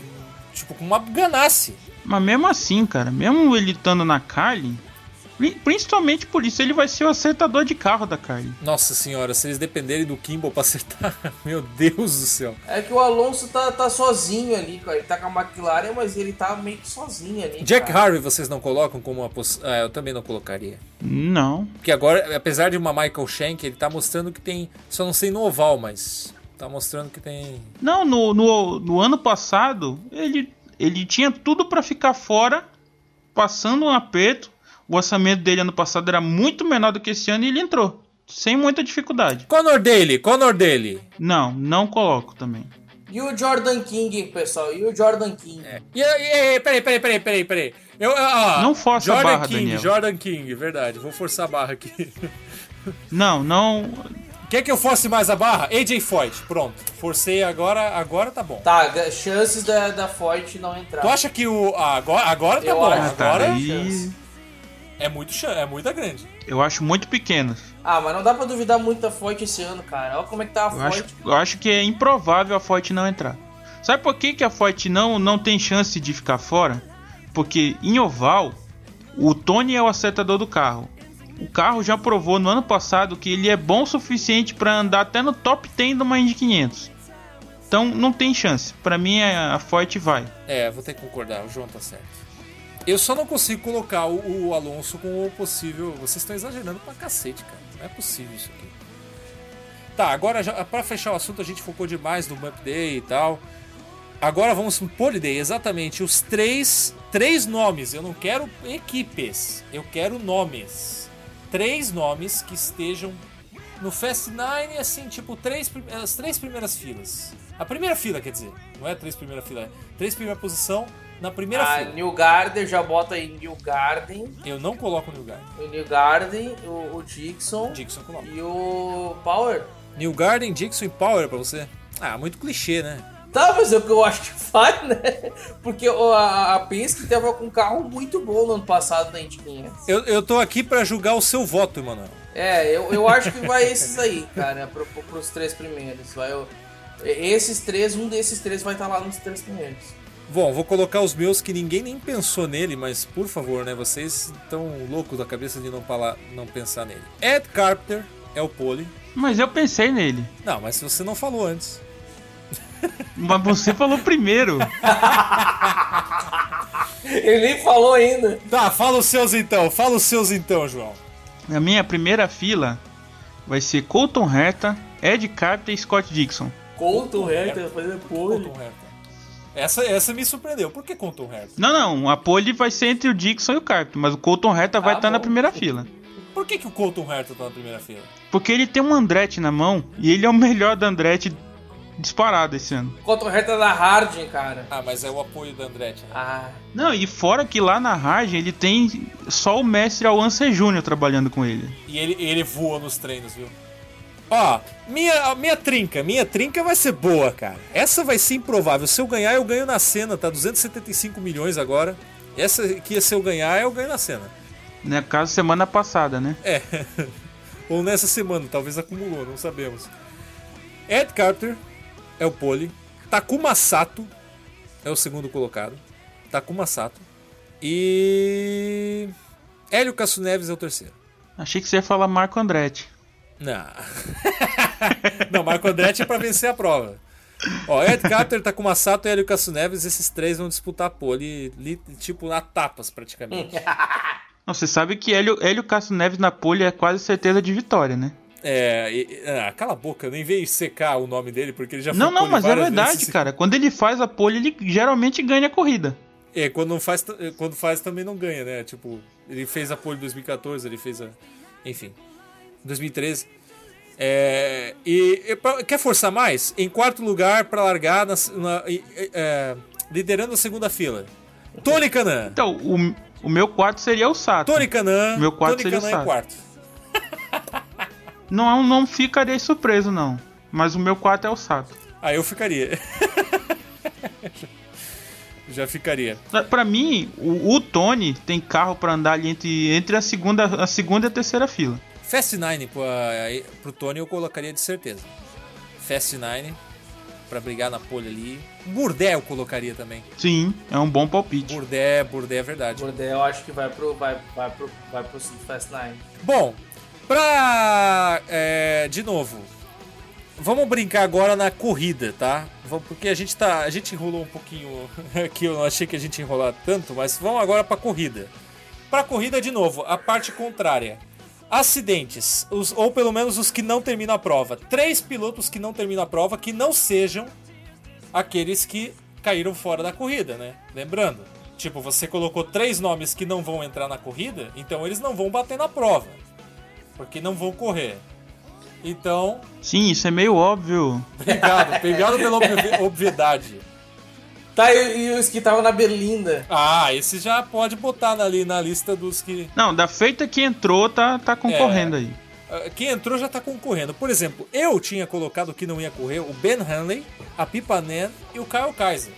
tipo, com uma ganassi. Mas mesmo assim, cara, mesmo ele estando na Carlin, pri- principalmente por isso, ele vai ser o acertador de carro da Carlin. Nossa senhora, se eles dependerem do Kimball pra acertar, meu Deus do céu. É que o Alonso tá, tá sozinho ali, cara. Ele tá com a McLaren, mas ele tá meio que sozinho ali. Jack cara. Harvey vocês não colocam como uma poss... ah, eu também não colocaria. Não. Porque agora, apesar de uma Michael Shank, ele tá mostrando que tem, só não sei no oval, mas tá mostrando que tem Não, no, no, no ano passado, ele, ele tinha tudo pra ficar fora, passando um aperto. O orçamento dele ano passado era muito menor do que esse ano e ele entrou. Sem muita dificuldade. Conor Daly, Conor Daly. Não, não coloco também. E o Jordan King, pessoal. E o Jordan King. E, e, e peraí, peraí, peraí, peraí, peraí. Eu, ah, Não força a Jordan barra, King, Daniel. Jordan King, verdade. Vou forçar a barra aqui. Não, não. Quer que eu force mais a barra? AJ Foyt, pronto. Forcei agora, agora tá bom. Tá, ga- chances da, da Ford não entrar. Tu acha que o. ah, agora, agora tá Eu bom. acho. Ah, tá, Agora aí é muito chan- é muita grande. eu acho muito pequeno. Ah, mas não dá pra duvidar muito da Ford esse ano, cara. Olha como é que tá a Eu Ford. acho, eu acho que é improvável a Forte não entrar. Sabe por que, que a Forte não, não tem chance de ficar fora? Porque em oval, o Tony é o acertador do carro. O carro já provou no ano passado que ele é bom o suficiente para andar até no top 10 de uma Indy 500. Então não tem chance. Para mim a a Forte vai. É, vou ter que concordar, o João tá certo. Eu só não consigo colocar o, o Alonso com o possível. Vocês estão exagerando pra cacete, cara. Não é possível isso aqui. Tá, agora já, pra fechar o assunto, a gente focou demais no Bump Day e tal. Agora vamos pro Pole Day, exatamente. Os três, três nomes. Eu não quero equipes, eu quero nomes. Três nomes que estejam no Fast Nine, assim, tipo, três, prim- as três primeiras filas. A primeira fila, quer dizer. Não é três primeira fila, é três primeira posição na primeira Ah, fila. New Garden, já bota aí New Garden. Eu não coloco o New Garden. O New Garden, o, o Dixon Dixon coloca. e o Power. New Garden, Dixon e Power pra você. Ah, muito clichê, né? Tá, mas é o que eu acho que faz, né? Porque o- a, a Penske tava com um carro muito bom no ano passado na Indy 500. Eu, eu tô aqui pra julgar o seu voto, Emanuel. É, eu, eu acho que vai esses aí, cara, pro, pro, pros três primeiros. Vai, o- esses três, um desses três vai estar lá nos três primeiros. Bom, vou colocar os meus que ninguém nem pensou nele, mas por favor, né? Vocês estão loucos da cabeça de não, falar, não pensar nele. Ed Carpenter é o pole. Mas eu pensei nele. Não, mas você não falou antes. Mas você falou primeiro. Ele nem falou ainda. Tá, fala os seus então, fala os seus então, João. Na minha primeira fila vai ser Colton Herta, Ed Carter e Scott Dixon. Colton Herta fazendo Colton pole. Herta. Essa, essa me surpreendeu. Por que Colton Herta? um Não, não, a pole vai ser entre o Dixon e o Carpenter, mas o Colton Herta vai Ah, Tá estar na bom. primeira fila. Por que, que o Colton Herta tá na primeira fila? Porque ele tem um Andretti na mão e ele é o melhor da Andretti disparado esse ano. Contra o reta da Harding, cara. Ah, mas é o apoio da Andretti, né? Ah, Não, e fora que lá na Harge ele tem só o mestre Alance Júnior trabalhando com ele. E ele, ele voa nos treinos, viu? Ó, minha, a minha trinca, minha trinca vai ser boa, cara. Essa vai ser improvável. Se eu ganhar, eu ganho na cena, tá? 275 milhões agora. Essa que se eu ganhar, eu ganho na cena. Né? Caso semana passada, né? É. Ou nessa semana, talvez acumulou, não sabemos. Ed Carter é o pole. Takuma Sato é o segundo colocado. Takuma Sato. E. Hélio Casso Neves é o terceiro. Achei que você ia falar Marco Andretti. Não. Não, Marco Andretti é pra vencer a prova. Ó, Ed Carter, Takuma Sato e Hélio Casso Neves, esses três vão disputar a pole, li- tipo, a tapas praticamente. Não, você sabe que Hélio, Hélio Castro Neves na pole é quase certeza de vitória, né? É, e- e- ah, cala a boca, eu nem veio secar o nome dele, porque ele já Não, foi não, pole mas é várias verdade, vezes. cara. Quando ele faz a pole, ele geralmente ganha a corrida. É, quando não faz, t- quando faz também não ganha, né? Tipo, ele fez a pole em 2014, ele fez a. Enfim. 2013. É, e, e pra- quer forçar mais? Em quarto lugar para largar na, na- e- e- é, liderando a segunda fila. Tony Canan. Então, o, o meu quarto seria o Sato. Tony Canan. Meu quarto Tony seria o Canan em Sato. quarto. Não, é um, não ficaria surpreso, não. Mas o meu quarto é o Sato. Aí eu ficaria. Já ficaria. Pra- Pra mim, o, o Tony tem carro pra andar ali entre, entre a, segunda, a segunda e a terceira fila. Fast Nine pro, eh, pro Tony eu colocaria de certeza. Fast Nine pra brigar na polha ali. Burdé eu colocaria também. Sim, é um bom palpite. Burdé, Burdé é verdade. Bordel, eu acho que vai pro. Vai, vai pro. Vai pro Fast Nine. Bom, pra. eh, de novo. Vamos brincar agora na corrida, tá? Vamos- Porque a gente tá. A gente enrolou um pouquinho aqui, eu não achei que a gente ia enrolar tanto, mas vamos agora pra corrida. Pra corrida, de novo, a parte contrária. Acidentes, os- ou pelo menos os que não terminam a prova. Três pilotos que não terminam a prova, que não sejam aqueles que caíram fora da corrida, né? Lembrando, tipo, você colocou três nomes que não vão entrar na corrida, então eles não vão bater na prova, porque não vão correr. Então, Sim, isso é meio óbvio. obrigado, obrigado pela obvi- obviedade. Tá, e, e os que estavam na Berlinda? Ah, esse já pode botar ali na lista dos que Não, da feita que entrou, tá, tá concorrendo aí. Ah, Quem entrou já tá concorrendo. Por exemplo, eu tinha colocado que não ia correr o Ben Hanley, a Pipanen e o Kyle Kaiser.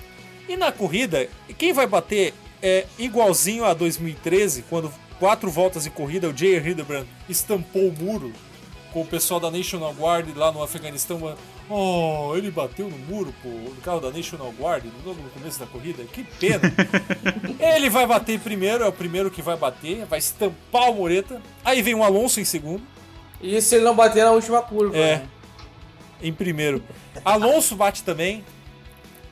E na corrida, quem vai bater é igualzinho a 2013, quando quatro voltas de corrida o Jay Hildebrand estampou o muro com o pessoal da National Guard lá no Afeganistão. mano. Oh, ele bateu no muro, pô, no carro da National Guard logo no começo da corrida. Que pena. Ele vai bater primeiro, é o primeiro que vai bater, vai estampar o Moreta. Aí vem o Alonso em segundo. E se ele não bater na última curva? É. né? em primeiro. Alonso bate também.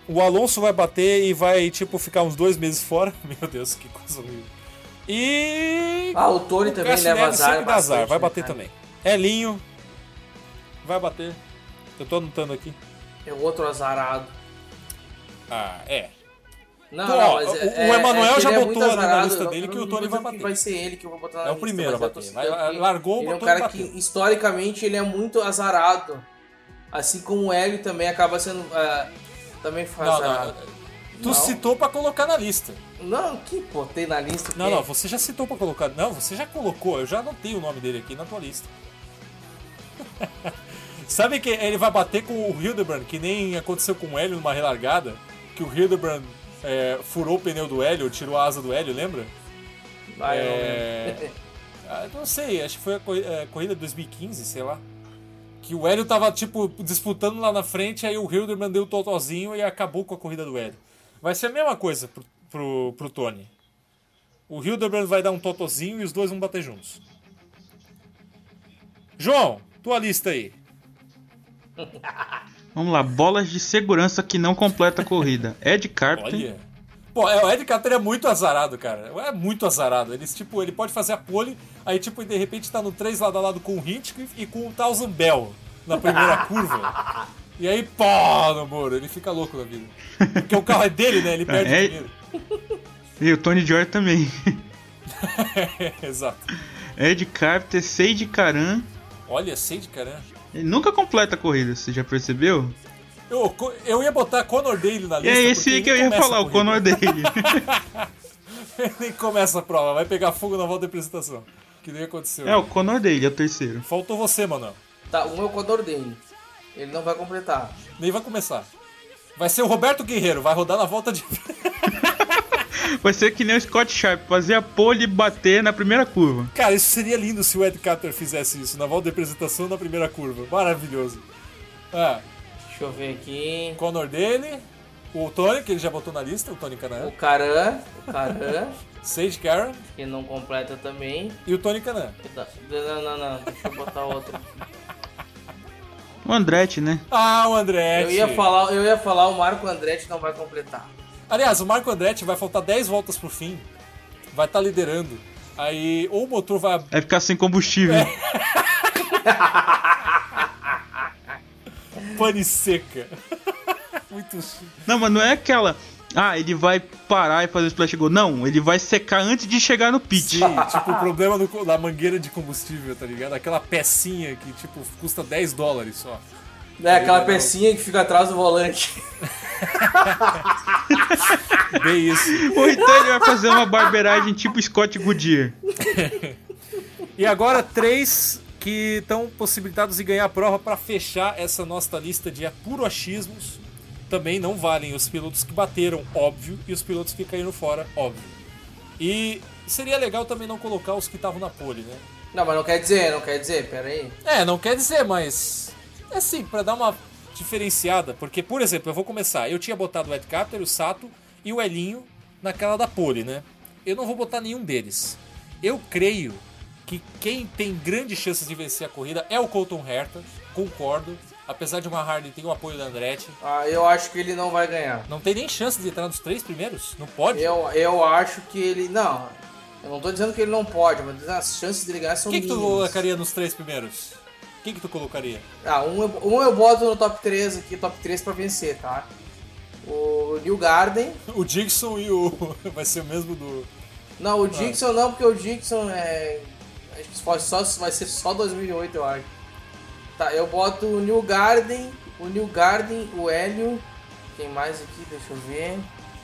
O Alonso vai bater e vai, tipo, ficar uns dois meses fora. Meu Deus, que coisa horrível. E. Ah, o Tony também Cassi leva Neves azar. sempre dá azar, bastante, vai né, bater cara? também. Elinho. Vai bater. Eu tô anotando aqui. É outro azarado. Ah, é. Não, Pô, não, mas o- é- o é- Emanuel é que já ele é botou muito ali na azarado, lista eu- dele que eu o não Tony vai vou dizer que bater. Vai ser ele que eu vou botar na É o lista, primeiro mas a eu tô bater. citando Vai- porque largou, Ele é um botou e cara que bateu. historicamente ele é muito azarado. Assim como o Hélio também acaba sendo. ah, também faz Não, não. azarado. Tu Não. citou pra colocar na lista. Não, que botei na lista. Não, que- não, você já citou pra colocar. Não, você já colocou. Eu já anotei o nome dele aqui na tua lista. Sabe que ele vai bater com o Hildebrand, que nem aconteceu com o Hélio numa relargada, que o Hildebrand é, furou o pneu do Hélio, tirou a asa do Hélio, lembra? Ah, eu não É. lembro. Ah, não sei, acho que foi a corri- é, corrida de 2015, sei lá. Que o Hélio tava, tipo, disputando lá na frente, aí o Hilderman deu o totozinho e acabou com a corrida do Hélio. Vai ser a mesma coisa pro, pro, pro Tony. O Hilderman vai dar um totozinho e os dois vão bater juntos. João, tua lista aí. Vamos lá, bolas de segurança que não completa a corrida. Ed Carpenter. Olha. Pô, é, o Ed Carter é muito azarado, cara. É muito azarado. Ele, tipo, ele pode fazer a pole, aí, tipo, de repente tá no 3 lado a lado com o Hinchcliffe e com o Thousand Bell na primeira curva. E aí, pô, no muro. Ele fica louco na vida. Porque o carro é dele, né? Ele perde É. dinheiro. E o Tony Joy também. É, Exato. Ed Carpenter, Seid Karan. Olha, sei de caramba. Ele nunca completa a corrida, você já percebeu? Eu, co- eu ia botar Conor Daly na lista. E é porque esse aí ele que eu ia começa a falar, o corrida. Conor Daly. Ele nem começa a prova, vai pegar fogo na volta de apresentação. Que nem aconteceu. é, o Conor Daly é o terceiro. Faltou você, Manuel. Tá, um é o Condor dele. Ele não vai completar. Nem vai começar. Vai ser o Roberto Guerreiro, vai rodar na volta de. Vai ser que nem o Scott Sharp, fazer a pole e bater na primeira curva. Cara, isso seria lindo se o Ed Carter fizesse isso, na volta de apresentação na primeira curva. Maravilhoso. Ah, Deixa eu ver aqui. Conor Daly, o Tony, que ele já botou na lista, o Tony Canan, O Caran, o Caran, Sage Karen que não completa também. e o Tony Canan. Não, não, não, deixa eu botar outro. O Andretti, né? Ah, o Andretti. Eu ia falar, eu ia falar o Marco Andretti não vai completar. Aliás, o Marco Andretti vai faltar 10 voltas pro fim. Vai estar liderando. Aí, ou o motor vai É ficar sem combustível. pane seca. Muito chique. Não, mas não é aquela. Ah, ele vai parar e fazer o splash goal. Não, ele vai secar antes de chegar no pit. tipo, o problema no, da mangueira de combustível, tá ligado? Aquela pecinha que, tipo, custa 10 dólares só. É aquela pecinha que fica atrás do volante. Bem isso. Ou então ele vai fazer uma barbeiragem tipo Scott Goodyear. E agora, três que estão possibilitados de ganhar a prova para fechar essa nossa lista de puro achismos. Também não valem os pilotos que bateram, óbvio, e os pilotos que caíram fora, óbvio. E seria legal também não colocar os que estavam na pole, né? Não, mas não quer dizer, não quer dizer, pera aí. É, não quer dizer, mas. É assim, para dar uma diferenciada. Porque, por exemplo, eu vou começar. Eu tinha botado o Ed Carter, o Sato e o Elinho naquela da pole, né? Eu não vou botar nenhum deles. Eu creio que quem tem grandes chances de vencer a corrida é o Colton Herta, concordo. Apesar de uma Harley ter o apoio da Andretti. Ah, eu acho que ele não vai ganhar. Não tem nem chance de entrar nos três primeiros? Não pode? Eu, eu acho que ele. Não, eu não tô dizendo que ele não pode, mas as chances dele ganhar são Quem que tu mínimas. colocaria nos três primeiros? Quem que tu colocaria? Ah, um, eu- um eu boto no top 3 aqui, top 3 pra vencer, tá? O New Garden. O Dixon e o. Vai ser o mesmo do. Não, o Dixon não, porque o Dixon é. Acho que foi só, vai ser só 2008, eu acho. Tá, eu boto o New Garden, o New Garden, o Hélio. Quem mais aqui? Deixa eu ver.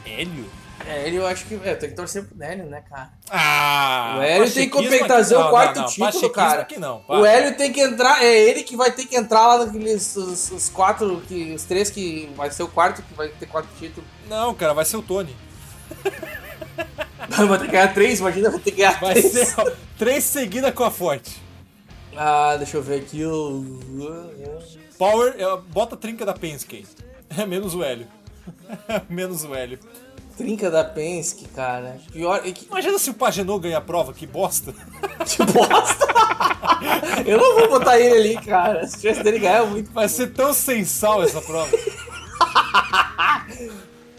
Hélio? É, ele eu acho que. É, tem que torcer pro Hélio, né, cara? Ah, O Hélio tem que pachequismo tentar aqui- fazer não, o quarto não, não, título, pachequismo cara. aqui não, pá. o Hélio tem que entrar, é ele que vai ter que entrar lá naqueles os, os quatro, que, os três que vai ser o quarto que vai ter quatro títulos. Não, cara, vai ser o Tony. Vai ter que ganhar três, imagina, vai ter que ganhar Vai três. ser ó, três seguidas com a Forte. Ah, deixa eu ver aqui o. Power, ela bota a trinca da Penske. É menos o Hélio. menos o Hélio. Trinca da Penske, cara. Pior. é Que, Imagina se o Pagenot ganha a prova, que bosta. que bosta! eu não vou botar ele ali, cara. As chances dele ganhar é muito. Vai ser tão sensal essa prova.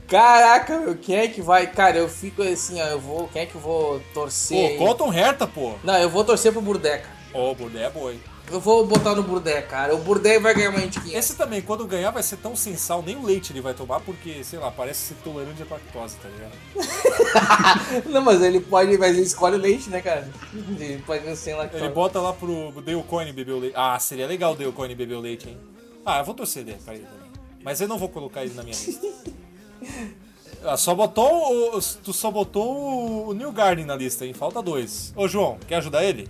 Caraca, meu, quem é que vai. Cara, eu fico assim, ó, eu vou. Quem é que eu vou torcer? Pô, Colton Herta, pô. Não, eu vou torcer pro Burdeca. Ó, o Burdé é boi. Eu vou botar no Burdé, cara. O Burdé vai ganhar uma Indy 500. Esse também, quando ganhar, vai ser tão sensal, nem o leite ele vai tomar, porque, sei lá, parece ser tolerante à lactose, tá ligado? Não, mas ele pode, mas ele escolhe o leite, né, cara? Ele pode não ser lá que Ele bota lá pro Dale Coyne beber o leite. Ah, seria legal o Dale Coyne beber o leite, hein? Ah, eu vou torcer dele pra ele também. Mas eu não vou colocar ele na minha lista. Ah, só botou o, tu só botou o New Garden na lista, hein? Falta dois. Ô, João, quer ajudar ele?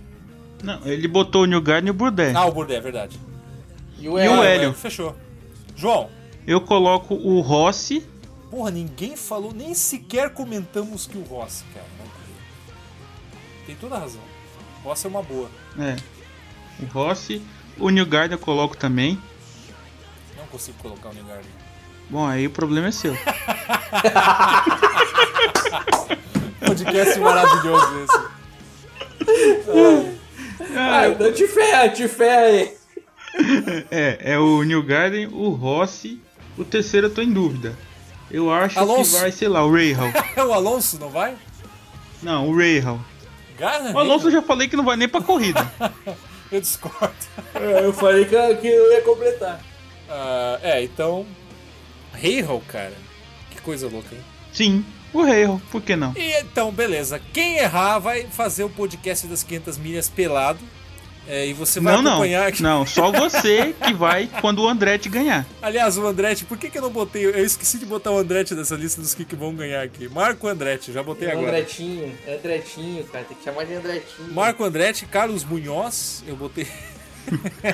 Não, ele botou o New Garden e o Burdett. Ah, o Burdé, é verdade. Ah, E o E o Hélio? Hélio? Fechou. João, Eu coloco o Rossi. porra, ninguém falou, nem sequer comentamos que o Rossi, cara. não acredito. Tem toda a razão. O Rossi é uma boa. É. O Rossi. O New Garden eu coloco também. Não consigo colocar o New Garden. Bom, aí o problema é seu. Podcast maravilhoso esse. Ah, então te ferra, te ferra aí. É, é o New Garden, o Rossi. O terceiro eu tô em dúvida. Eu acho Alonso. que vai, sei lá, o Rahal. É o Alonso, não vai? Não, o Rahal. Garra? O Alonso eu já falei que não vai nem pra corrida. Eu discordo. É, eu falei que, que eu ia completar. Ah, é, então. Heyhall, cara. Que coisa louca, hein? Sim. Por erro, por que não? E então, beleza. Quem errar vai fazer o podcast das 500 milhas pelado. É, e você vai não, não. acompanhar aqui. Não, só você que vai quando o Andretti ganhar. Aliás, o Andretti, por que, que eu não botei? Eu esqueci de botar o Andretti dessa lista dos que, que vão ganhar aqui. Marco Andretti, já botei agora. Andretinho, Andretinho, cara, tem que chamar de Andretinho. Marco Andretti, Carlos Munhoz, eu botei.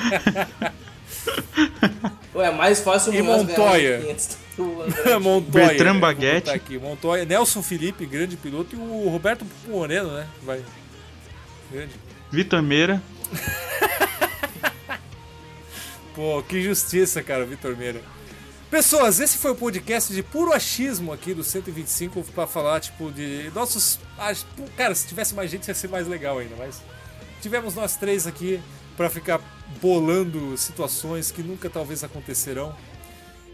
Ué, é mais fácil o E Munhoz Montoya? ganhar de 500 do que o Andretti. Montoya. Bertrand eu vou Baguete. botar aqui. Montoya, Nelson Felipe, grande piloto, e o Roberto Moreno, né? Vai. Grande. Vitor Meira. Pô, que justiça, cara, Vitor Meira. Pessoas, esse foi o podcast de puro achismo aqui do 125 pra falar, tipo, de nossos. ach- Pô, Cara, se tivesse mais gente ia ser mais legal ainda, mas. Tivemos nós três aqui pra ficar bolando situações que nunca talvez acontecerão.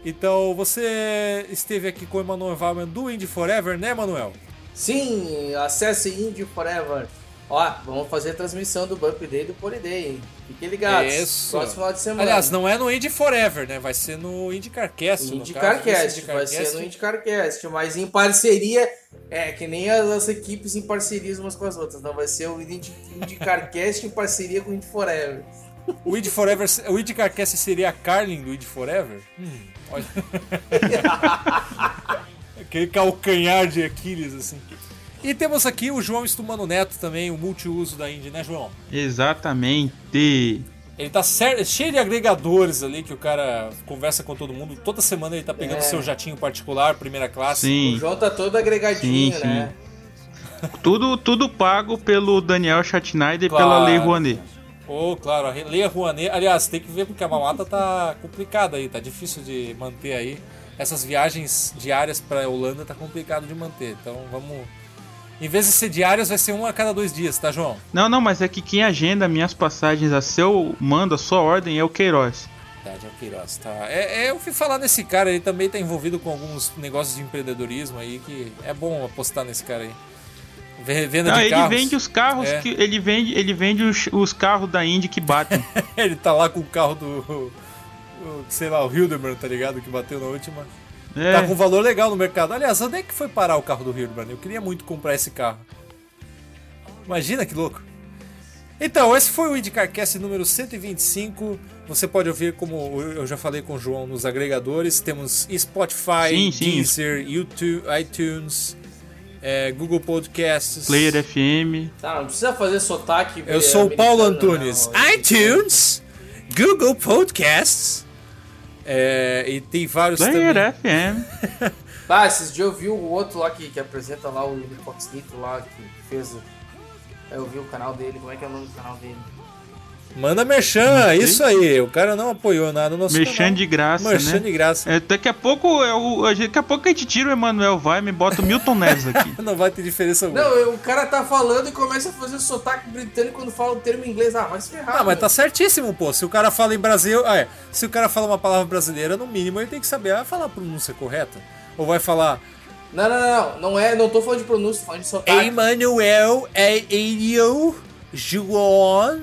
Então, você esteve aqui com o Emanuel Valman do Indie Forever, né, Emanuel? Sim, acesse Indie Forever. Ó, vamos fazer a transmissão do Bump Day e do Pony Day, hein? Fiquem ligados. Isso. Próximo final de semana. Aliás, não é no Indie Forever, né? Vai ser no IndyCarcast. no caso. né? Esse IndyCarcast, vai ser no IndyCarcast, mas em parceria, é que nem as, as equipes em parcerias umas com as outras, não, vai ser o Indy- IndyCarcast em parceria com o Indy Forever. O Id Forever, o Id Carcast seria a Carlin do Id Forever? Hum, olha. Aquele calcanhar de Aquiles, assim. E temos aqui o João Estumano Neto também, o multiuso da Indy, né, João? Exatamente. Ele tá cer- cheio de agregadores ali, que o cara conversa com todo mundo. Toda semana ele tá pegando É. seu jatinho particular, primeira classe. O Sim. João tá todo agregadinho, Sim, sim. né? Tudo, tudo pago pelo Daniel Schattenheider e Claro. pela Lei Rouanet. Oh, claro, a Leia Rouanet. Aliás, tem que ver porque a mamata tá complicada aí, tá difícil de manter aí. Essas viagens diárias pra Holanda tá complicado de manter. Então vamos. Em vez de ser diárias, vai ser uma a cada dois dias, tá, João? Não, não, mas é que quem agenda minhas passagens a seu mando, a sua ordem, é o Queiroz. Tá, João Queiroz, tá. É, é, eu fui falar nesse cara, ele também tá envolvido com alguns negócios de empreendedorismo aí, que é bom apostar nesse cara aí. Ve- Venda Não, de ele carros. vende os carros É. que. Ele vende, ele vende os, os carros da Indy que batem. ele tá lá com o carro do. o- Sei lá, o Hildebrand, tá ligado? Que bateu na última. É. Tá com valor legal no mercado. Aliás, onde é que foi parar o carro do Hildebrand? Eu queria muito comprar esse carro. Imagina que louco. Então, esse foi o IndyCarCast número 125. Você pode ouvir, como eu já falei com o João, nos agregadores. Temos Spotify, Sim, sim. Deezer, YouTube, iTunes, eh, Google Podcasts. Player FM. Tá, não precisa fazer sotaque. Eu sou o Paulo Antunes. iTunes. iTunes, Google Podcasts. eh, e tem vários Player também. FM. Ah, esses dias eu vi o outro lá que, que apresenta lá o Fox Nito lá, que fez o... Eu vi o canal dele, como é que é o nome do canal dele? Manda merchan, isso aí. O cara não apoiou nada no nosso Merchan canal. de graça, merchan né? de graça. É, daqui a pouco é o- a gente- daqui a pouco a gente tira o Emanuel vai me bota o Milton Neves aqui. Não vai ter diferença alguma. Não, eu- o cara tá falando e começa a fazer sotaque britânico quando fala o termo em inglês. Ah, vai se ferrar. Ah, mas tá meu. certíssimo, pô. Se o cara fala em Brasil. Ah, é. Se o cara fala uma palavra brasileira, no mínimo ele tem que saber. Ah, falar a pronúncia correta. Ou vai falar. Não, não, não, não. Não é, não tô falando de pronúncia, tô falando de sotaque. Emmanuel é eu, João.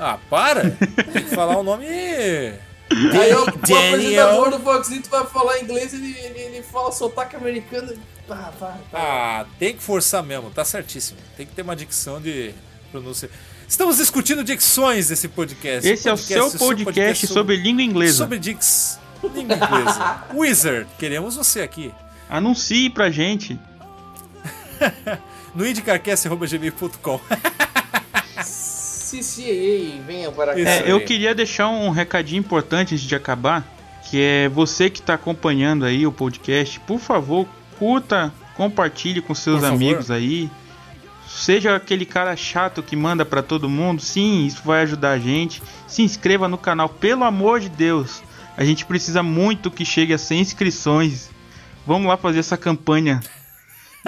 Ah, para! Tem que falar o nome. Aí o, o Daniel. apresentador do Fox News vai falar inglês e ele, ele, ele fala sotaque americano. Ah, vai, vai. Ah, tem que forçar mesmo, tá certíssimo. Tem que ter uma dicção de pronúncia. Estamos discutindo dicções desse podcast. Esse é o seu o podcast sobre língua inglesa. sobre dicks. Língua inglesa. Wizard, queremos você aqui. Anuncie pra gente. No indicarcast.gmail.com. Se, se, ei, venha para cá. Ah. Isso. É, eu aí. queria deixar um recadinho importante antes de acabar, que é você que está acompanhando aí o podcast, por favor, curta, compartilhe com seus Por favor. amigos aí. Seja aquele cara chato que manda pra todo mundo, sim, isso vai ajudar a gente. Se inscreva no canal, pelo amor de Deus. A gente precisa muito que chegue a 100 inscrições. Vamos lá fazer essa campanha.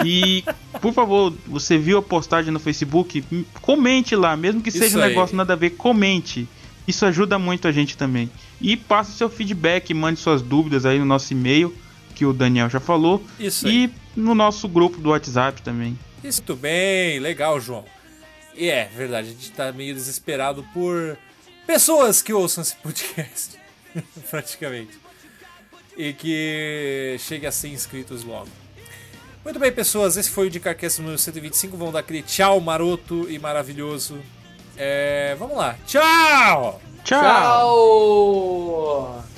E, por favor, você viu a postagem no Facebook? M- Comente lá, mesmo que Isso seja um aí. negócio nada a ver, comente. Isso ajuda muito a gente também. E passe seu feedback, mande suas dúvidas aí no nosso e-mail, que o Daniel já falou, Isso aí. e no nosso grupo do WhatsApp também. Isso, Muito bem, legal, João. E é verdade, a gente tá meio desesperado por pessoas que ouçam esse podcast, praticamente. E que chegue a 100 inscritos logo. Muito bem, pessoas, esse foi o de Carquesso número 125. Vamos dar aquele tchau maroto e maravilhoso. É, vamos lá. Tchau! Tchau. Tchau!